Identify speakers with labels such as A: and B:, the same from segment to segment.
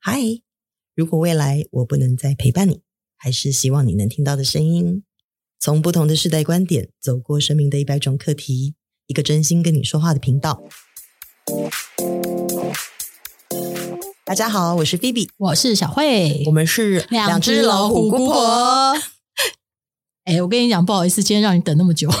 A: 嗨，如果未来我不能再陪伴你，还是希望你能听到的声音。从不同的世代观点，走过生命的一百种课题，一个真心跟你说话的频道。大家好，我是 B B，
B: 我是小慧，
A: 我们是
B: 姑。婆。 哎，我跟你讲，不好意思，今天让你等那么久，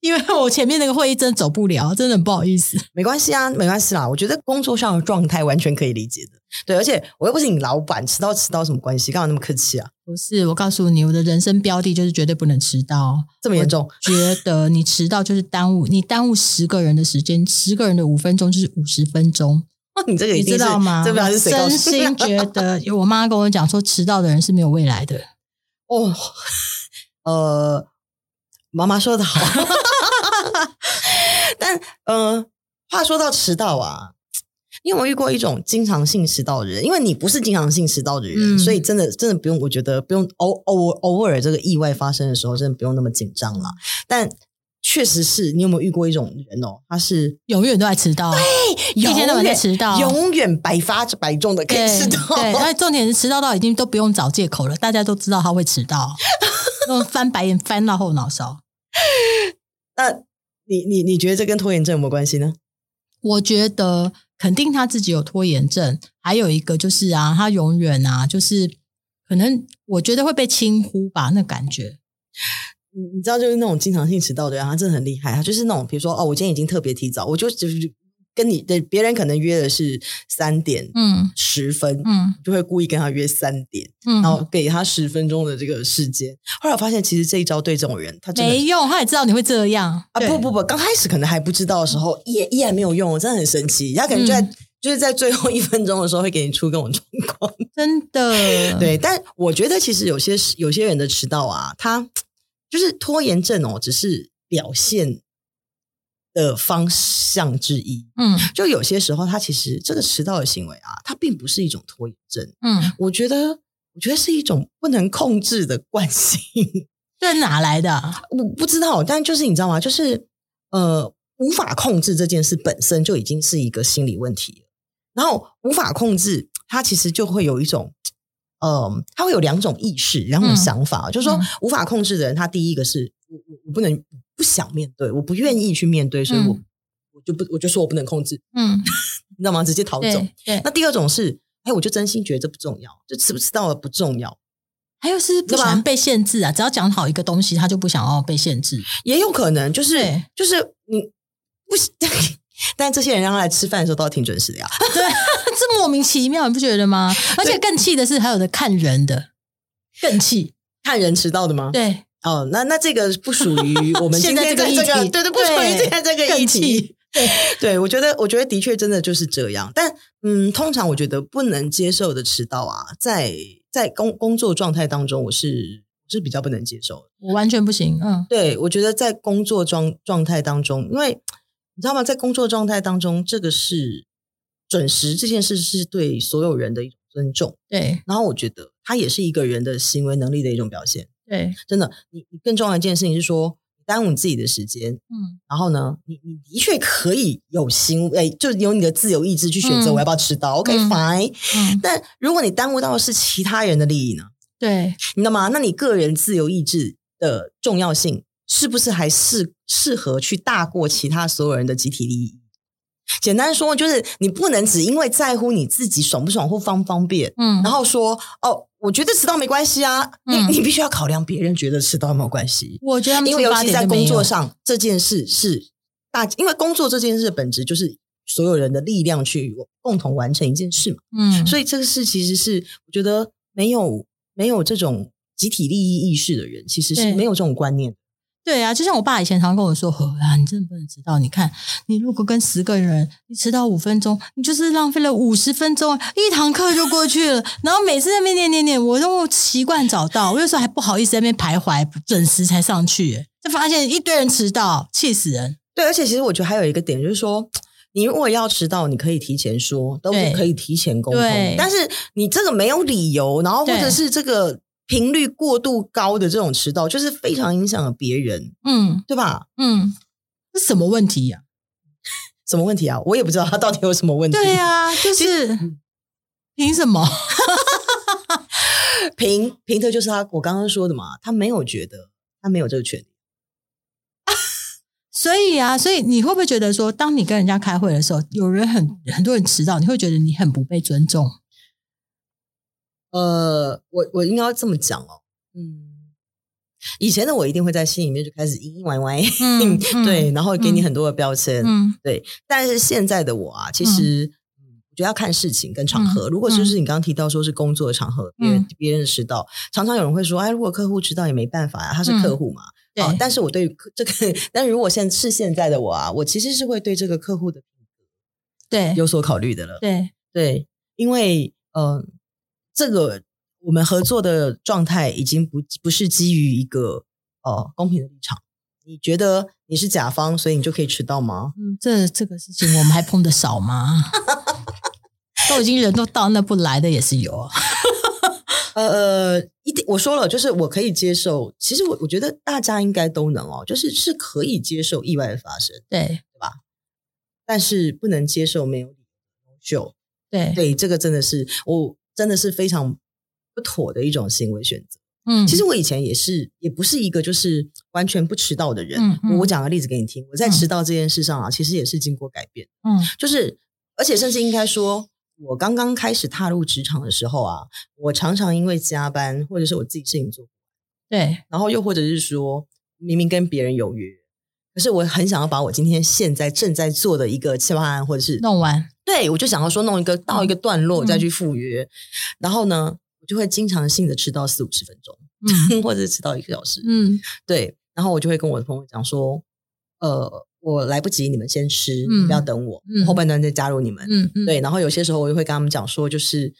B: 因为我前面那个会议真的走不了，真的很不好意思。
A: 没关系啊，没关系啦。我觉得工作上的状态完全可以理解的。对，而且我又不是你老板，迟到迟到什么关系？干嘛那么客气啊？
B: 不是，我告诉你，我的人生标的就是绝对不能迟到。
A: 这么严重？
B: 觉得你迟到就是耽误，你耽误十个人的时间，十个人的五分钟就是五十分钟，
A: 哦你这个一
B: 你
A: 定是
B: 知道吗？
A: 这不知道是谁告
B: 真
A: 诉你的
B: 心觉得，我妈跟我讲说，迟到的人是没有未来的。
A: 哦，呃，妈妈说的 好，但呃，话说到迟到啊，你有没有遇过一种经常性迟到的人？因为你不是经常性迟到的人，
B: 嗯
A: 所以真的真的不用，我觉得不用偶偶偶尔这个意外发生的时候，真的不用那么紧张啦。但确实是你有没有遇过一种人哦，他是
B: 永远都在迟到，啊一天到晚在迟到，
A: 永远百发百中的可以
B: 对
A: 迟到，
B: 对，而且重点是迟到到已经都不用找借口了，大家都知道他会 迟到，那种翻白眼翻到后脑勺。
A: 那你你你觉得这跟拖延症有没有关系呢？
B: 我觉得肯定他自己有拖延症，还有一个就是啊，他永远啊，就是可能我觉得会被轻忽吧，那感觉。
A: 你你知道，就是那种经常性迟到的人，他真的很厉害。他就是那种，比如说，哦，我今天已经特别提早，我就就是跟你的别人可能约的是三点
B: 嗯
A: 十分，
B: 嗯
A: 就会故意跟他约三点，
B: 嗯，
A: 然后给他十分钟的这个时间。后来我发现，其实这一招对这种人，他真
B: 没
A: 的
B: 用，他也知道你会这样
A: 啊，不
B: 对
A: 不不，刚开始可能还不知道的时候，也依然没有用，我真的很神奇。他可能就在、
B: 嗯
A: 就是在最后一分钟的时候会给你出各种状况。
B: 真的，
A: 对，但我觉得其实有些时有些人的迟到啊，他就是拖延症哦，只是表现的方向之一。
B: 嗯
A: 就有些时候，他其实这个迟到的行为啊，它并不是一种拖延症，
B: 嗯，
A: 我觉得，我觉得是一种不能控制的惯性。
B: 这哪来的啊？
A: 我不知道，但就是你知道吗？就是呃，无法控制这件事本身就已经是一个心理问题了。然后无法控制，它其实就会有一种，嗯、它会有两种意识，两种
B: 嗯
A: 想法。就是说
B: 嗯，
A: 无法控制的人，他第一个是我我我不能不想面对，我不愿意去面对，所以我、
B: 嗯
A: 我就不我就说我不能控制，
B: 嗯，
A: 你知道吗？直接逃走。
B: 对对，
A: 那第二种是，哎，我就真心觉得这不重要，就迟不迟到了不重要。
B: 还有是不喜
A: 对吧
B: 欢被限制啊，只要讲好一个东西，他就不想要被限制。
A: 也有可能就是
B: 对
A: 就是你不行， 但这些人让他来吃饭的时候倒挺准时的呀。
B: 这莫名其妙，你不觉得吗？而且更气的是，还有的看人的，更气。
A: 看人迟到的吗？
B: 对，
A: 哦，那那这个不属于我 们今
B: 现在
A: 天在
B: 这个
A: 这
B: 议
A: 个，
B: 题
A: 对对，不属于
B: 对
A: 现在这个议
B: 更
A: 题。
B: 气。
A: 对，我觉得，我觉得的确真的就是这样。但嗯，通常我觉得不能接受的迟到啊，在在工工作状态当中，我是是比较不能接受的。
B: 我完全不行。嗯，
A: 对，我觉得在工作状状态当中，因为你知道吗，在工作状态当中，这个是准时这件事是对所有人的一种尊重。
B: 对
A: 然后我觉得它也是一个人的行为能力的一种表现。
B: 对，
A: 真的，你你更重要的一件事情是说，你耽误你自己的时间。
B: 嗯，
A: 然后呢，你你的确可以有行为，哎就有你的自由意志去选择
B: 嗯
A: 我要不要迟到。OK
B: 嗯
A: fine，、
B: 嗯
A: 但如果你耽误到的是其他人的利益呢？
B: 对，
A: 你知道吗？那你个人自由意志的重要性，是不是还适适合去大过其他所有人的集体利益？简单说，就是你不能只因为在乎你自己爽不爽或方不方便，
B: 嗯，
A: 然后说哦，我觉得迟到没关系啊。
B: 嗯
A: 你你必须要考量别人觉得迟到有没有关系，
B: 我觉得他们
A: 因为
B: 出
A: 尤
B: 发
A: 其
B: 点
A: 在
B: 就没
A: 工作
B: 有，
A: 上这件事是大，因为工作这件事的本质就是所有人的力量去共同完成一件事嘛。
B: 嗯，
A: 所
B: 以
A: 以这个事其实是我觉得没有没有这种集体利益意识的人，其实是
B: 对
A: 没有这种观念。
B: 对啊，就像我爸以前常跟我说：“何啊，你真的不能迟到。你看，你如果跟十个人，你迟到五分钟，你就是浪费了五十分钟，一堂课就过去了。 然后每次在那边念念念，我都习惯早到，我有时候还不好意思在那边徘徊，准时才上去耶，就发现一堆人迟到，气死人。
A: 对，而且其实我觉得还有一个点就是说。你如果要迟到，你可以提前说，都
B: 对
A: 可以提前沟通
B: 对。
A: 但是你这个没有理由，然后或者
B: 对
A: 是这个频率过度高的这种迟到，就是非常影响了别人，
B: 嗯
A: 对吧？
B: 嗯，这什么问题呀、
A: 什么问题啊？我也不知道他到底有什么问题。
B: 嗯对呀、就是凭什么？
A: 平平特就是他，我刚刚说的嘛，他没有觉得他没有这个权利。
B: 所以啊，所以你会不会觉得说，当你跟人家开会的时候，有人很很多人迟到，你会觉得你很不被尊重？
A: 呃，我我应该要这么讲哦，嗯，以前的我一定会在心里面就开始阴阴歪歪，
B: 嗯
A: 对，然后给你很多的标签，
B: 嗯
A: 对。但是现在的我啊，其实。嗯我觉得要看事情跟场合。如果就是你刚刚提到说是工作的场合，别人
B: 嗯
A: 别人迟到，常常有人会说：“哎，如果客户迟到也没办法呀、他是客户嘛。
B: 嗯对
A: 哦，但是我对于客这个， 但如果现是现在的我啊，我其实是会对这个客户的
B: 对
A: 有所考虑的了。
B: 对
A: 对，因为呃，这个我们合作的状态已经不不是基于一个呃公平的立场。你觉得你是甲方，所以你就可以迟到吗？
B: 嗯，这这个事情我们还碰得少吗？ 都已经人都到那不来的也是有啊。
A: 呃呃，一定我说了，就是我可以接受。其实我我觉得大家应该都能哦，就是是可以接受意外的发生，
B: 对
A: 但是不能接受没有理由的秀。
B: 对，
A: 对，这个真的是我真的是非常不妥的一种行为选择。
B: 嗯，
A: 其实我以前也是，也不是一个就是完全不迟到的人。
B: 嗯嗯
A: 我我讲个例子给你听，我在迟到这件事上啊，其实也是经过改变，
B: 嗯
A: 就是而且甚至应该说，我刚刚开始踏入职场的时候啊，我常常因为加班或者是我自己事情做，
B: 对
A: 然后又或者是说明明跟别人有约。可是我很想要把我今天现在正在做的一个企划案，或者是
B: 弄完
A: 对我就想要说弄一个到一个段落
B: 嗯
A: 再去赴约，然后呢，我就会经常性的迟到四五十分钟，
B: 嗯
A: 或者是迟到一个小时。
B: 嗯
A: 对，然后我就会跟我的朋友讲说，呃，我来不及，你们先吃，
B: 嗯
A: 不要等我，
B: 嗯
A: 后半段再加入你们。
B: 嗯嗯，
A: 对，然后有些时候我就会跟他们讲说，就是，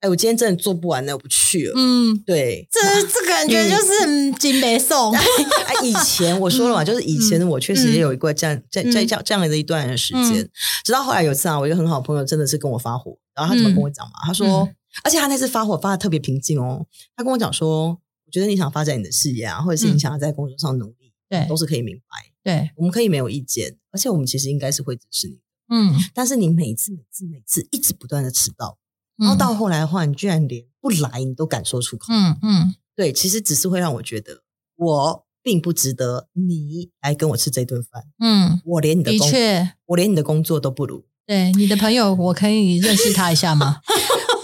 A: 哎，我今天真的做不完了，我不去了。
B: 嗯，
A: 对，
B: 这这感觉就是嗯金杯 送，
A: 哎，以前我说了嘛，就是以前的我确实也有一个这样、这这
B: 嗯
A: 这样这样的一段时间，直到后来有一次啊，我一个很好的朋友真的是跟我发火，然后他怎么跟我讲嘛？他说，
B: 嗯
A: 而且他那次发火发的特别平静哦，他跟我讲说，我觉得你想发展你的事业啊，或者是你
B: 嗯
A: 想要在工作上努力，
B: 对
A: 都是可以明白，
B: 对，
A: 我们可以没有意见，而且我们其实应该是会支持你，
B: 嗯，
A: 但是你每次每次每次一直不断的迟到，
B: 嗯
A: 然后到后来的话，你居然连不来你都敢说出口，
B: 嗯嗯
A: 对，其实只是会让我觉得我并不值得你来跟我吃这顿饭，
B: 嗯，
A: 我连你的
B: 的
A: 工，
B: 确，
A: 我连你的工作都不如。
B: 对你的朋友，我可以认识他一 下吗？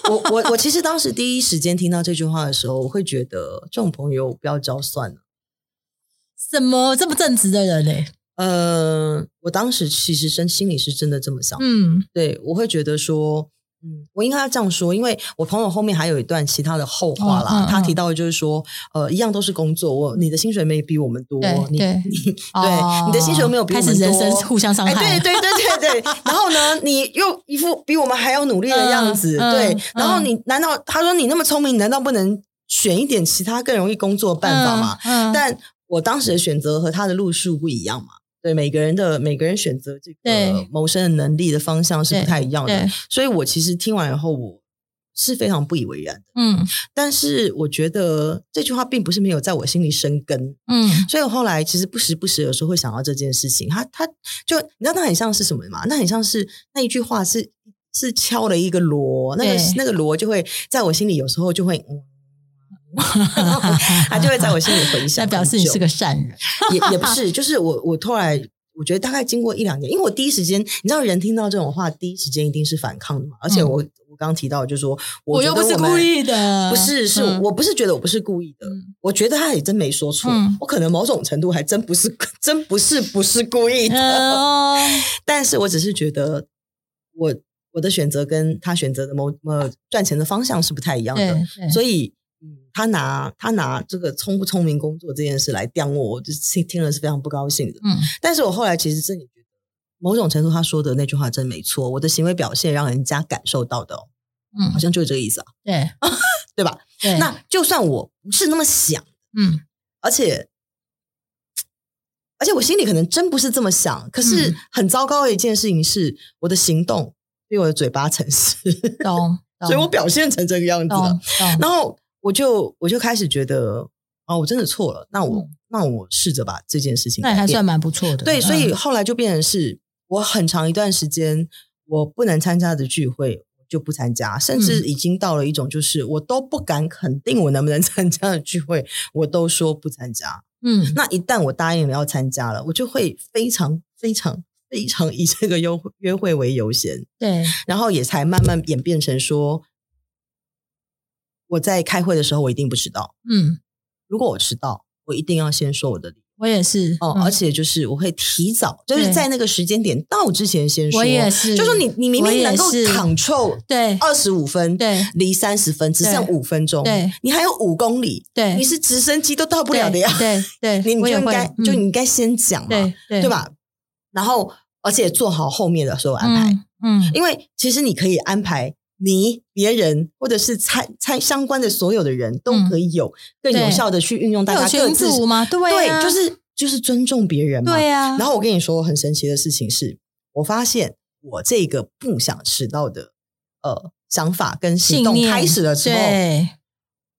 A: 我我我其实当时第一时间听到这句话的时候，我会觉得这种朋友不要交算了。
B: 什么这么正直的人欸嘞？
A: 呃，我当时其实真心里是真的这么想，
B: 嗯
A: 对我会觉得说，嗯，我应该要这样说，因为我朋友后面还有一段其他的后话啦，
B: 嗯嗯嗯
A: 他提到的就是说，呃，一样都是工作，我你的薪水没比我们多，
B: 对
A: 你
B: 对
A: 你
B: 哦
A: 对你的薪水有没有比我
B: 开
A: 们
B: 始
A: 多？
B: 人生互相伤害？
A: 哎，对对对对对。然后呢，你又一副比我们还要努力的样子，
B: 嗯
A: 对
B: 嗯。
A: 然后你难道他说你那么聪明，难道不能选一点其他更容易工作的办法吗？
B: 嗯，嗯
A: 但我当时的选择和他的路数不一样嘛。对每个人的每个人选择这个
B: 对
A: 谋生的能力的方向是不太一样的
B: 对，
A: 所以我其实听完以后我是非常不以为然的。
B: 嗯
A: 但是我觉得这句话并不是没有在我心里生根，
B: 嗯
A: 所以我后来其实不时不时有时候会想到这件事情，他他就你知道那很像是什么吗？那很像是那一句话是是敲了一个锣，那个
B: 对
A: 那个锣就会在我心里有时候就会，嗯， 它就会在我心里回响
B: 那
A: 很久。
B: 表示你是个 善人。
A: 也也不是，就是我我后来我觉得大概经过一两年，因为我第一时间你知道人听到这种话，第一时间一定是反抗的嘛，而且我、我刚刚提到就是说，我觉
B: 嗯又
A: 得
B: 不是
A: 我们
B: 故意的，
A: 不是，是、
B: 嗯
A: 我不是觉得我不是故意的，
B: 嗯
A: 我觉得他也真没说错，
B: 嗯
A: 我可能某种程度还真不是，真不是不是故意的，
B: 嗯哦
A: 但是我只是觉得我我的选择跟他选择的某呃赚钱的方向是不太一样的，
B: 对对
A: 所以。嗯，他拿他拿这个聪不聪明工作这件事来刁我，我就听听了是非常不高兴的。
B: 嗯
A: 但是我后来其实真的觉得，某种程度他说的那句话真没错，我的行为表现让人家感受到的、哦，好
B: 嗯，
A: 像就是这个意思啊，
B: 对
A: 对吧？
B: 对，
A: 那就算我不是那么想，
B: 嗯
A: 而且而且我心里可能真不是这么想，可是
B: 嗯
A: 很糟糕的一件事情是，我的行动比我的嘴巴诚实，
B: 懂，
A: 所以我
B: 懂
A: 表现成这个样子了
B: 懂。懂
A: 然后我就我就开始觉得，哦，我真的错了，那我、
B: 嗯
A: 那我试着把这件事情
B: 那你
A: 改
B: 还算
A: 变。
B: 蛮不错的，
A: 对，
B: 嗯
A: 所以后来就变成是我很长一段时间我不能参加的聚会，我就不参加，甚至
B: 嗯
A: 已经到了一种就是我都不敢肯定我能不能参加的聚会，我都说不参加。
B: 嗯，
A: 那一旦我答应了要参加了，我就会非常非常非常以这个优约会为优先，
B: 对，
A: 然后也才慢慢演变成说，我在开会的时候我一定不迟到，
B: 嗯，
A: 如果我迟到，我一定要先说我的理由
B: 我也是，
A: 哦，
B: 嗯
A: 而且就是我会提早，就
B: 对
A: 是在那个时间点到之前先说。
B: 我也是，
A: 就说你你明
B: 我
A: 明
B: 也
A: 能够
B: 是
A: control
B: 对
A: 二十五分，
B: 对
A: 离三十分只
B: 对
A: 剩五分钟，
B: 对，
A: 你还有五公里，
B: 对，
A: 你是直升机都到不了的呀，
B: 对对，
A: 你你
B: 我
A: 就
B: 也
A: 应
B: 会
A: 该就你应该先讲嘛，
B: 嗯对对
A: 对？吧？然后而且做好后面的所有安排，
B: 嗯，嗯，
A: 因为其实你可以安排你、别人或者是参参相关的所有的人都
B: 嗯
A: 可以有更
B: 对
A: 有效的去运用大
B: 有
A: 家各
B: 群
A: 自
B: 组吗？对
A: 对，
B: 啊，
A: 就是就是尊重别人嘛。
B: 对啊呀，
A: 然
B: 后
A: 后我跟你说很神奇的事情是，我发现我这个不想迟到的呃想法跟行
B: 信
A: 动
B: 念
A: 开始的时候，
B: 对，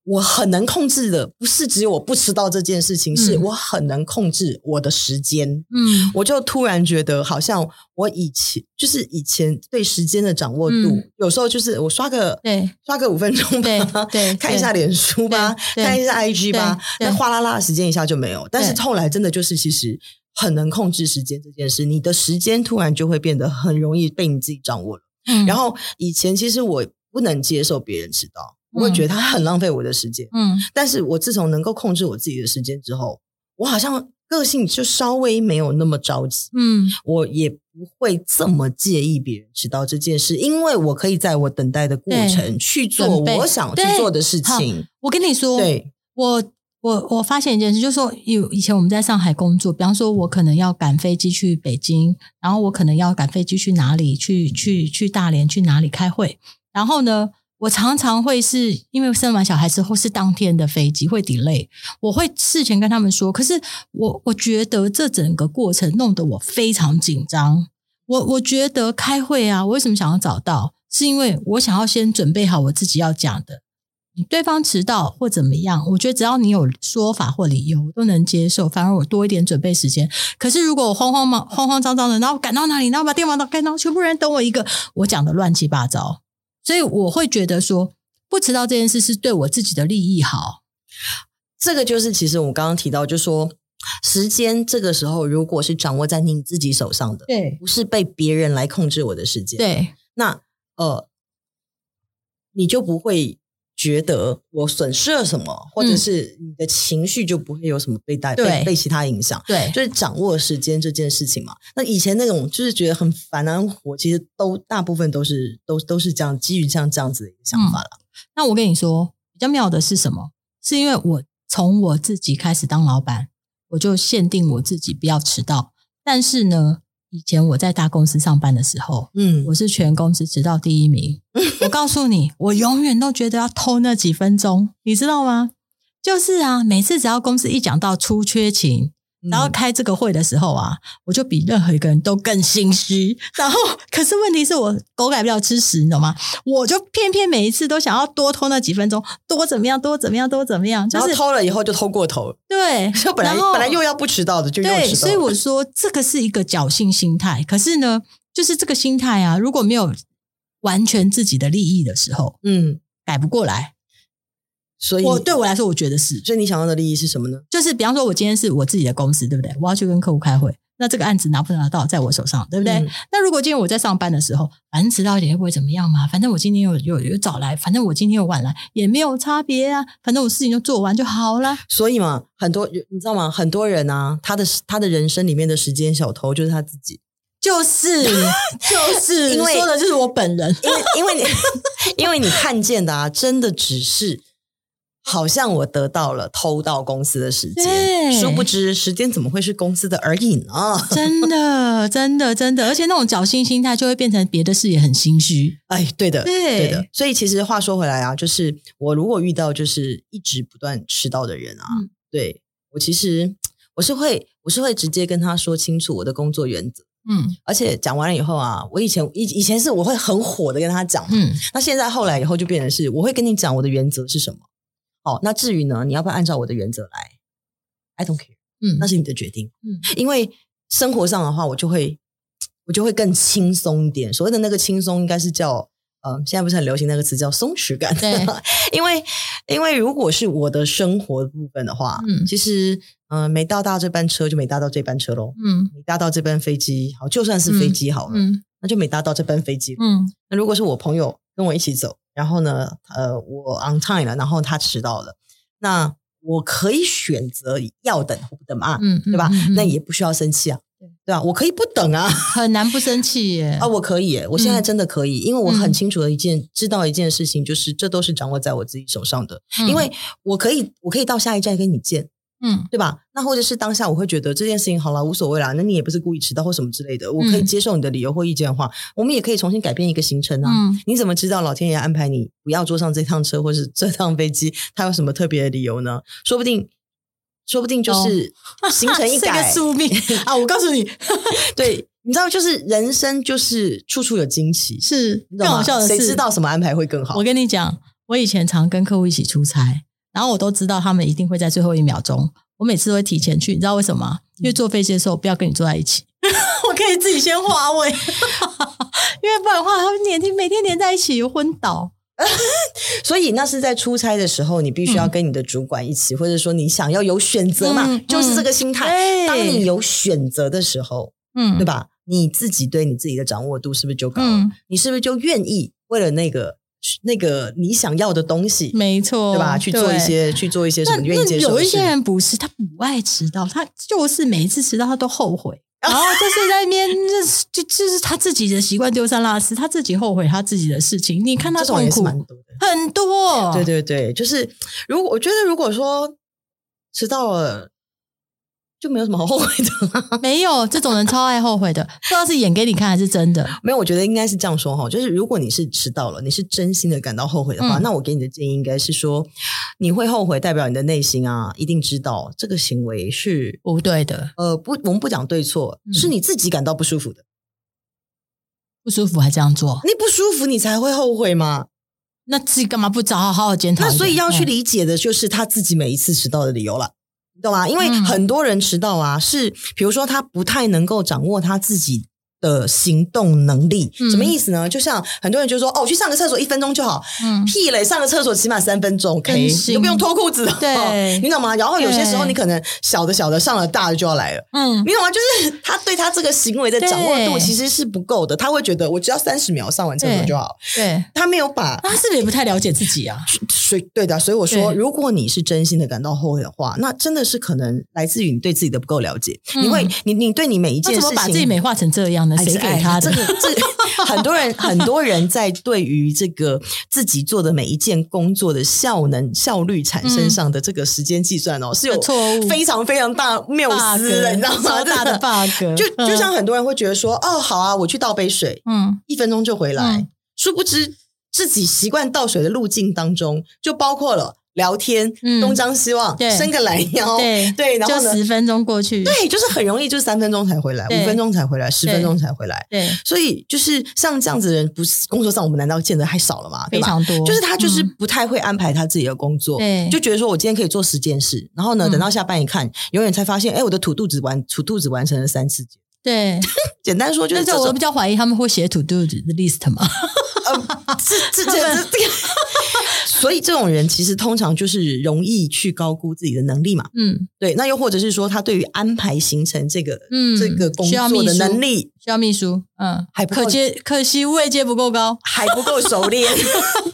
A: 我很能控制的，不是只有我不迟到这件事情，是
B: 嗯
A: 我很能控制我的时间。
B: 嗯，
A: 我就突然觉得，好像我以前就是以前对时间的掌握度，
B: 嗯
A: 有时候就是我刷个
B: 对
A: 刷个五分钟
B: 对
A: 吧，
B: 对，
A: 看一下
B: 对
A: 脸书吧，
B: 对对
A: 看一下 IG 吧，
B: 对
A: 那
B: 对
A: 哗啦啦的时间一下就没有。但是后来真的就是，其实很能控制时间这件事，你的时间突然就会变得很容易被你自己掌握了。
B: 嗯
A: 然后以前其实我不能接受别人迟到，我会
B: 嗯
A: 觉得他很浪费我的时间。
B: 嗯
A: 但是我自从能够控制我自己的时间之后，我好像个性就稍微没有那么着急，
B: 嗯
A: 我也不会这么介意别人迟到这件事，因为我可以在我等待的过程去做
B: 准备
A: 我想去做的事情。
B: 我跟你说，
A: 对，
B: 我我我发现一件事，就是说有以前我们在上海工作，比方说我可能要赶飞机去北京，然后我可能要赶飞机去哪里，去去去大连去哪里开会，然后呢。我常常会是因为生完小孩之后是当天的飞机会 delay，我会事前跟他们说。可是我我觉得这整个过程弄得我非常紧张。我我觉得开会啊，我为什么想要早到？是因为我想要先准备好我自己要讲的，你对方迟到或怎么样，我觉得只要你有说法或理由，我都能接受。反而我多一点准备时间。可是如果我慌慌忙慌慌张张的，然后赶到哪里，然后把电话都盖到，全部人等我一个，我讲的乱七八糟。所以我会觉得说，不迟到这件事是对我自己的利益好。
A: 这个就是其实我刚刚提到，就说时间这个时候如果是掌握在你自己手上的，
B: 对
A: 不是被别人来控制我的时间，，
B: 对
A: 那呃，你就不会觉得我损失了什么，或者
B: 嗯
A: 是你的情绪就不会有什么被带
B: 对
A: 被被其他影响。
B: 对
A: 就是掌握时间这件事情嘛。那以前那种就是觉得很烦啊、很火，其实都大部分都是都都是这样，基于这样这样子的一个想法了。
B: 那我跟你说，比较妙的是什么？是因为我从我自己开始当老板，我就限定我自己不要迟到。但是呢，以前我在大公司上班的时候，
A: 嗯，
B: 我是全公司迟到第一 名。我告诉你，我永远都觉得要偷那几分钟，你知道吗？就是啊，每次只要公司一讲到出缺勤，然后
A: 嗯
B: 开这个会的时候啊，我就比任何一个人都更心虚。然后，可是问题是我狗改不了吃屎，你懂吗？我就偏偏每一次都想要多偷那几分钟，多怎么样，多怎么样，多怎么样，就
A: 然后
B: 是
A: 偷了以后就偷过头了，
B: 对，
A: 就本来
B: 然后
A: 本来又要不迟到的，就又迟到
B: 对，
A: 了。
B: 所以我说这个是一个侥幸心态。可是呢，就是这个心态啊，如果没有完全自己的利益的时候，
A: 嗯，
B: 改不过来。
A: 所以
B: 我对我来说，我觉得是，
A: 所以你想要的利益是什么呢？
B: 就是比方说，我今天是我自己的公司，对不对？我要去跟客户开会，那这个案子拿不拿到在我手上，对不对？
A: 嗯
B: 那如果今天我在上班的时候，反正迟到一点又不会怎么样嘛，反正我今天有有有早来，反正我今天有晚来也没有差别啊，反正我事情就做完就好啦。
A: 所以嘛，很多你知道吗？很多人啊，他的他的人生里面的时间小偷就是他自己，
B: 就是 就是，
A: 因为
B: 说的就是我本人。
A: 因 为因为你因为你看见的啊，真的只是好像我得到了偷到公司的时
B: 对
A: 间，殊不知时间怎么会是公司的而已 呢？
B: 真的，真的，真的，而且那种侥幸心态就会变成别的事也很心虚。
A: 哎，对的，
B: 对
A: 的。所以其实话说回来啊，就是我如果遇到就是一直不断迟到的人啊，
B: 嗯
A: 对我其实我是会我是会直接跟他说清楚我的工作原则。
B: 嗯
A: 而且讲完了以后啊，我以前以以前是我会很火的跟他讲嘛，
B: 嗯
A: 那现在后来以后就变成是，我会跟你讲我的原则是什么。好，那至于呢，你要不要按照我的原则来？I don't care，
B: 嗯
A: 那是你的决定。
B: 嗯
A: 因为生活上的话，我就会我就会更轻松一点。所谓的那个轻松，应该是叫呃，现在不是很流行那个词叫松弛感，
B: 对，
A: 因为因为如果是我的生活部分的话，
B: 嗯
A: 其实嗯、呃没搭到这班车就没搭到这班车喽，
B: 嗯
A: 没搭到这班飞机，好，就算是飞机好了，
B: 嗯
A: 那就没搭到这班飞机了。
B: 嗯
A: 那如果是我朋友跟我一起走，然后呢，呃，我 on time 了，然后他迟到了，那我可以选择要等或不等嘛，
B: 嗯，
A: 对吧？
B: 嗯嗯
A: 那也不需要生气啊，对吧？我可以不等啊，
B: 很难不生气耶。
A: 啊，我可以耶，我现在真的可以，因为我很
B: 嗯
A: 清楚的一件、知道一件事情，就是这都是掌握在我自己手上的，
B: 嗯
A: 因为我可以，我可以到下一站跟你见，
B: 嗯
A: 对吧？那或者是当下我会觉得这件事情好啦，无所谓啦，那你也不是故意迟到或什么之类的，我可以
B: 嗯
A: 接受你的理由或意见的话，我们也可以重新改变一个行程啊。
B: 嗯
A: 你怎么知道老天爷安排你不要坐上这趟车或是这趟飞机，他有什么特别的理由呢？说不定，说不定
B: 哦
A: 就是行程 一改，
B: 宿命啊！我告诉你，
A: 对，你知道，就是人生就是处处有惊喜，
B: 是
A: 你懂
B: 更
A: 吗
B: 好笑的是，
A: 谁知道什么安排会更好
B: 我？跟你讲，我以前常跟客户一起出差，然后我都知道他们一定会在最后一秒钟，我每次都会提前去，你知道为什么吗？
A: 嗯
B: 因为坐飞机的时候不要跟你坐在 一起，我可以自己先划 位，因为不然的话，他们黏天每天黏在一起昏倒。
A: 所以那是在出差的时候，你必须要
B: 嗯
A: 跟你的主管一起，或者说你想要有选择嘛，
B: 嗯
A: 就是这个心态。
B: 嗯
A: 当你有选择的时候，
B: 嗯
A: 对？吧？你自己对你自己的掌握度是不是就高了？
B: 嗯，
A: 你是不是就愿意为了那个那个你想要的东西，
B: 没错，
A: 对吧？去做一。些去做一些什
B: 那
A: 么你愿意
B: 那
A: 接受
B: 有
A: 的
B: 一
A: 事
B: 些人不是，他不爱迟到，他就是每一次迟到他都后悔，然后就是在那边，就是就就是他自己的习惯丢三落四，他自己后悔他自己的事情。你看
A: 嗯
B: 他
A: 这种
B: 痛
A: 也是
B: 苦，啊
A: 蛮多的。
B: 很多，
A: 对对对，就是如果我觉得如果说迟到了，就没有什么好后悔的 啦。
B: 没有这种人超爱后悔的，不知道是演给你看还是真的。
A: 没有，我觉得应该是这样说哈，就是如果你是迟到了，你是真心的感到后悔的话，
B: 嗯
A: 那我给你的建议应该是说，你会后悔，代表你的内心啊，一定知道这个行为是
B: 不对的，
A: 呃不，我们不讲对错，
B: 嗯
A: 是你自己感到不舒服的，
B: 不舒服还这样做，
A: 你不舒服你才会后悔嘛。
B: 那自己干嘛不找好好检讨一
A: 那
B: 下？
A: 所以要去
B: 嗯
A: 理解的就是他自己每一次迟到的理由了。你懂吗？因为
B: 嗯
A: 很多人迟到啊，是比如说他不太能够掌握他自己的行动能力，
B: 嗯
A: 什么意思呢？就像很多人就说哦，我去上个厕所一分钟就好，
B: 嗯
A: 屁嘞，上个厕所起码三分钟，OK，
B: 真
A: 你
B: 心
A: 就不用脱裤子了，
B: 对
A: 哦你懂吗？然后有些时候
B: 对
A: 你可能小的小的上了大的就要来了。
B: 嗯
A: 你懂吗？就是他对他这个行为的掌握度
B: 对
A: 其实是不够的，他会觉得我只要三十秒上完厕所
B: 对
A: 就好，
B: 对，
A: 他没有把
B: 那他是不是也不太了解自己啊？
A: 所以对的，所以我说，
B: 对
A: 如果你是真心的感到后悔的话，那真的是可能来自于你对自己的不够了解。
B: 嗯
A: 你会，你你对你每一
B: 他
A: 件事
B: 怎么
A: 情，
B: 把自己美化成这样呢？
A: 哎
B: 谁
A: 哎
B: 给他的
A: 这？个这很多人 很多人在对于这个自己做的每一件工作的效能效率产生上的这个时间计算哦，是有
B: 有嗯错误
A: 非常非常大谬思的，
B: bug，
A: 你知道吗？
B: 超大的 bug，
A: 就就
B: 嗯
A: 像很多人会觉得说，哦，好啊，我去倒杯水，
B: 嗯
A: 一分钟就回来。
B: 嗯
A: 殊不知自己习惯倒水的路径当中，就包括了聊天、
B: 嗯
A: 东张西望、
B: 对
A: 伸个懒腰，
B: 对
A: 然后
B: 就
A: 呢，
B: 十分钟过去，
A: 对，就是很容易就三分钟才回来，
B: 对
A: 五分钟才回来，十分钟才回来。
B: 对，
A: 所以就是像这样子的人，不是工作上我们难道见得还少了吗？对
B: 非
A: 吧？
B: 常多，
A: 就是他就是
B: 嗯
A: 不太会安排他自己的工作，
B: 对
A: 就觉得说我今天可以做十件事，然后呢，
B: 嗯
A: 等到下班一看，永远才发现，哎，我的土肚子完土肚子完成了三次。
B: 对，
A: 简单说就是
B: 但
A: 这
B: 是我
A: 种
B: 比较怀疑他们会写 to do list 嘛，
A: 这这
B: 他
A: 这
B: 们
A: 这个， 所以这种人其实通常就是容易去高估自己的能力嘛。
B: 嗯，
A: 对，那又或者是说他对于安排行程这个、
B: 嗯
A: 这个工
B: 需要秘
A: 作的
B: 书
A: 能力
B: 需要秘书，嗯，
A: 还不够
B: 可接可惜位阶不够高，
A: 还不够熟练，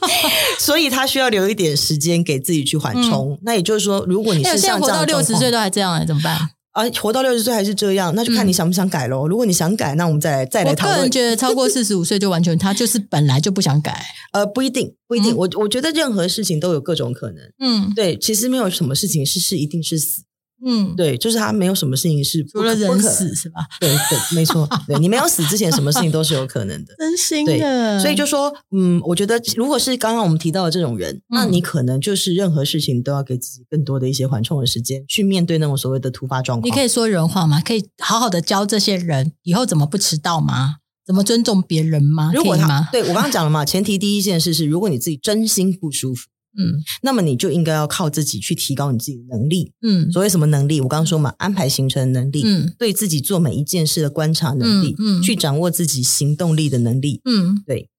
A: 所以他需要留一点时间给自己去缓冲。那也就是说，如果你
B: 哎，
A: 是
B: 我现在
A: 像这
B: 嗯活
A: 样
B: 到
A: 的
B: 六
A: 状
B: 十
A: 况
B: 岁都还这样，哎，怎么办？
A: 啊，活到六十岁还是这样，那就看
B: 嗯
A: 你想不想改喽。如果你想改，那我们再来再来
B: 我
A: 讨
B: 个
A: 论
B: 人。觉得超过四十五岁就完全， 他就是本来就不想改，
A: 呃，不一定，不一定。
B: 嗯
A: 我我觉得任何事情都有各种可能。
B: 嗯
A: 对，其实没有什么事情是是一定是死
B: 嗯，
A: 对，就是他没有什么事情是不
B: 除了
A: 可不
B: 人
A: 可
B: 死是吧？
A: 对对，没 错，对你没有死之前，什么事情都是有可能的。
B: 真心
A: 对
B: 的，
A: 所以就说，嗯，我觉得如果是刚刚我们提到的这种人，那
B: 嗯
A: 你可能就是任何事情都要给自己更多的一些缓冲的时间，去面对那种所谓的突发状
B: 你可
A: 况。
B: 以说人话吗？可以好好的教这些人以后怎么不迟到吗？怎么尊重别人吗？
A: 如果
B: 可以
A: 他
B: 吗？
A: 对我刚刚讲了嘛，前提第一件事是，如果你自己真心不舒服，
B: 嗯
A: 那么你就应该要靠自己去提高你自己的能力。
B: 嗯
A: 所谓什么能力？我刚刚说嘛，安排行程能力，
B: 嗯
A: 对自己做每一件事的观察能力，
B: 嗯嗯
A: 去掌握自己行动力的能力。
B: 嗯，
A: 对，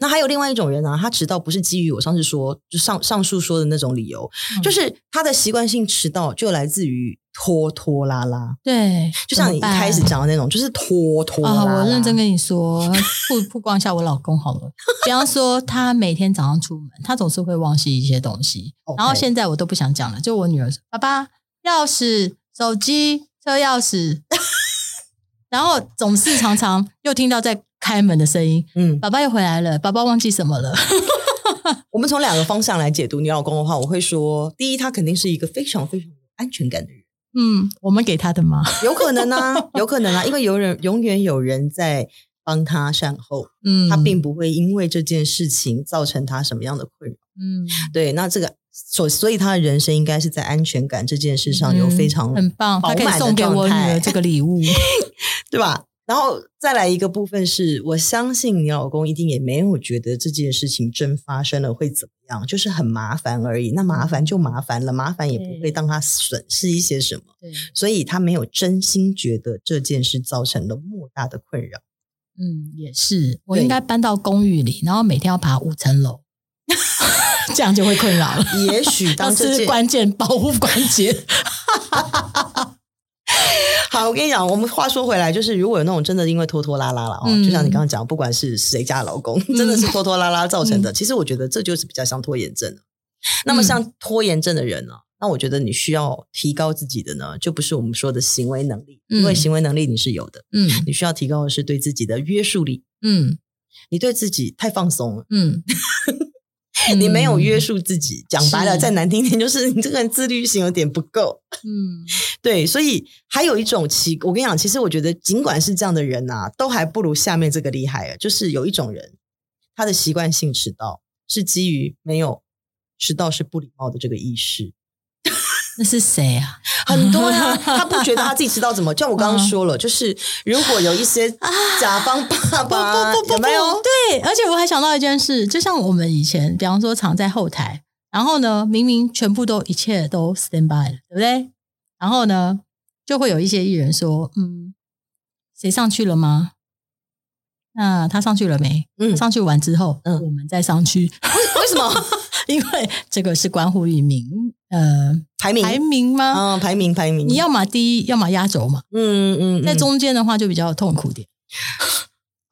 A: 那还有另外一种人啊，他迟到不是基于我上次说就上上述说的那种理由，
B: 嗯
A: 就是他的习惯性迟到就来自于拖拖拉拉，
B: 对，
A: 就像你一
B: 怎么办
A: 开始讲的那种，就是拖拖拉
B: 啊、
A: 拉。
B: 我认真跟你说，曝曝光一下我老公好了。比方说，他每天早上出门，他总是会忘记一些东西。
A: OK
B: 然后现在我都不想讲了，就我女儿说：“爸爸，钥匙、手机、车钥匙。”然后总是常常又听到在开门的声音，
A: 嗯，
B: 爸爸又回来了，爸爸忘记什么了。
A: 我们从两个方向来解读你老公的话，我会说，第一，他肯定是一个非常非常有安全感的人，
B: 嗯，我们给他的吗？
A: 有可能啊，有可能啊，因为有人永远有人在帮他善后，
B: 嗯，
A: 他并不会因为这件事情造成他什么样的困扰。
B: 嗯，
A: 对，那这个所所以他的人生应该是在安全感这件事上有非常、
B: 嗯很棒，他可
A: 饱
B: 以
A: 满的
B: 送给我女
A: 状态
B: 儿这个礼 物。
A: 对吧？然后再来一个部分是，我相信你老公一定也没有觉得这件事情真发生了会怎么样，就是很麻烦而已。那麻烦就麻烦了，麻烦也不会让他损失一些什么，
B: 对，
A: 所以他没有真心觉得这件事造成了莫大的困扰。
B: 嗯，也是，我
A: 对
B: 应该搬到公寓里，然后每天要爬五 层楼，这样就会困扰了。
A: 也许
B: 要
A: 当这
B: 吃
A: 件
B: 哦关键保护关节，
A: 好，我跟你讲，我们话说回来，就是如果有那种真的因为拖拖拉拉了，哦、
B: 嗯
A: 就像你刚刚讲，不管是谁家老公，真的是拖拖拉拉造成的，
B: 嗯
A: 其实我觉得这就是比较像拖延症。那么像拖延症的人呢、那我觉得你需要提高自己的呢，就不是我们说的行为能力，
B: 嗯
A: 因为行为能力你是有的，
B: 嗯
A: 你需要提高的是对自己的约束力。
B: 嗯
A: 你对自己太放松了，
B: 嗯，
A: 你没有约束自己。讲白了，
B: 是
A: 再难听一点，就是你这个人自律性有点不够。
B: 嗯，
A: 对，所以还有一种奇，我跟你讲，其实我觉得，尽管是这样的人呐、都还不如下面这个厉害啊。就是有一种人，他的习惯性迟到是基于没有迟到是不礼貌的这个意识，
B: 那是谁啊？
A: 很多呀、他不觉得他自己迟到怎么？就像我
B: 嗯
A: 刚刚说了，就是如果有一些
B: 啊
A: 甲方爸爸，有没有？
B: 对，而且我还想到一件事，就像我们以前，比方说藏在后台，然后呢，明明全部都一切都 stand by 了，对不对？然后呢，就会有一些艺人说，嗯，谁上去了吗？那他上去了没？
A: 嗯
B: 上去完之后，
A: 嗯
B: 我们再上去，
A: 为什么
B: 因为这个是关乎于名呃
A: 排名？
B: 排名吗？
A: 嗯，排名排名，
B: 你要么第一，要么压轴嘛。
A: 嗯嗯，嗯
B: 在中间的话就比较痛苦点。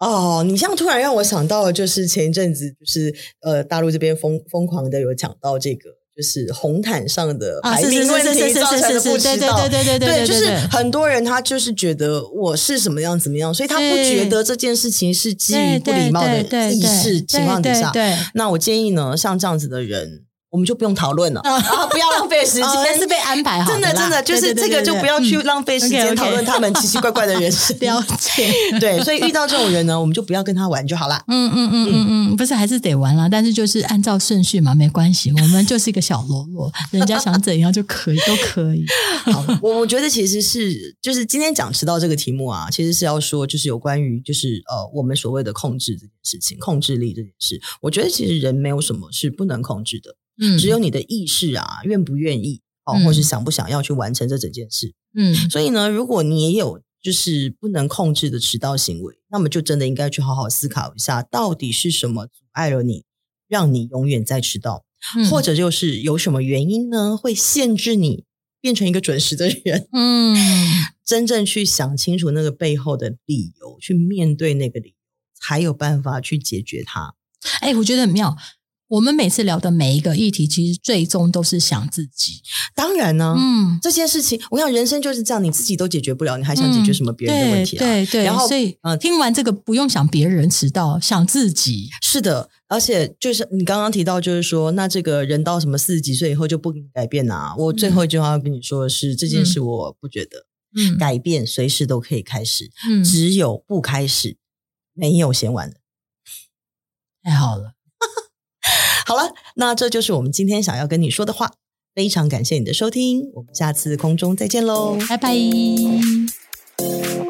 A: 哦，你这样突然让我想到，就是前一阵子，就是呃，大陆这边疯疯狂的有讲到这个，就是红毯上的
B: 啊，
A: 排
B: 是是
A: 名问
B: 是是
A: 题
B: 是
A: 造成
B: 是
A: 的不
B: 是，
A: 知
B: 对对
A: 道
B: 对。对对对
A: 就是很多人他就是觉得我是什么样怎么样，所以他不
B: 对
A: 觉得这件事情是基于不礼貌的意识情况底下。
B: 对，
A: 那我建议呢，像这样子的人，我们就不用讨 论了，
B: 啊
A: 啊，不要浪费时间。
B: 哦是被安哎排好，
A: 哦真的真的就是这个就不要去浪费时间
B: 嗯 OK，OK
A: 讨论他们奇奇怪怪的人生。
B: 了解。
A: 对，所以遇到这种人呢，我们就不要跟他玩就好 啦。
B: 嗯嗯嗯嗯嗯，不是还是得玩啦，但是就是按照顺序嘛，没关系，我们就是一个小喽啰，人家想怎样就可以，都可以。
A: 好，我我觉得其实是就是今天讲迟到这个题目啊，其实是要说就是有关于就是呃我们所谓的控制这件事情，控制力这件事。我觉得其实人没有什么是不能控制的，
B: 嗯，
A: 只有你的意识啊，愿不愿意哦，
B: 嗯
A: 或是想不想要去完成这整件事。
B: 嗯
A: 所以呢，如果你也有就是不能控制的迟到行为，那么就真的应该去好好思考一下，到底是什么阻碍了你，让你永远在迟到。
B: 嗯
A: 或者就是有什么原因呢，会限制你变成一个准时的人？
B: 嗯
A: 真正去想清楚那个背后的理由，去面对那个理由，才有办法去解决它。
B: 哎、我觉得很妙。我们每次聊的每一个议题，其实最终都是想自己。
A: 当然呢、
B: 嗯，
A: 这件事情，我想人生就是这样，你自己都解决不了，你还想解决什么别人的问题啊？
B: 嗯对对对，
A: 然后
B: 所以、
A: 嗯
B: 听完这个，不用想别人迟到，想自己。
A: 是的，而且就是你刚刚提到，就是说，那这个人到什么四十几岁以后就不能改变啊？我最后一句话要跟你说的是，这件事我不觉得、
B: 嗯
A: 改变随时都可以开始，
B: 嗯，
A: 只有不开始，没有嫌晚的。
B: 太好了，
A: 好了，那这就是我们今天想要跟你说的话。非常感谢你的收听，我们下次空中再见喽。
B: 拜拜。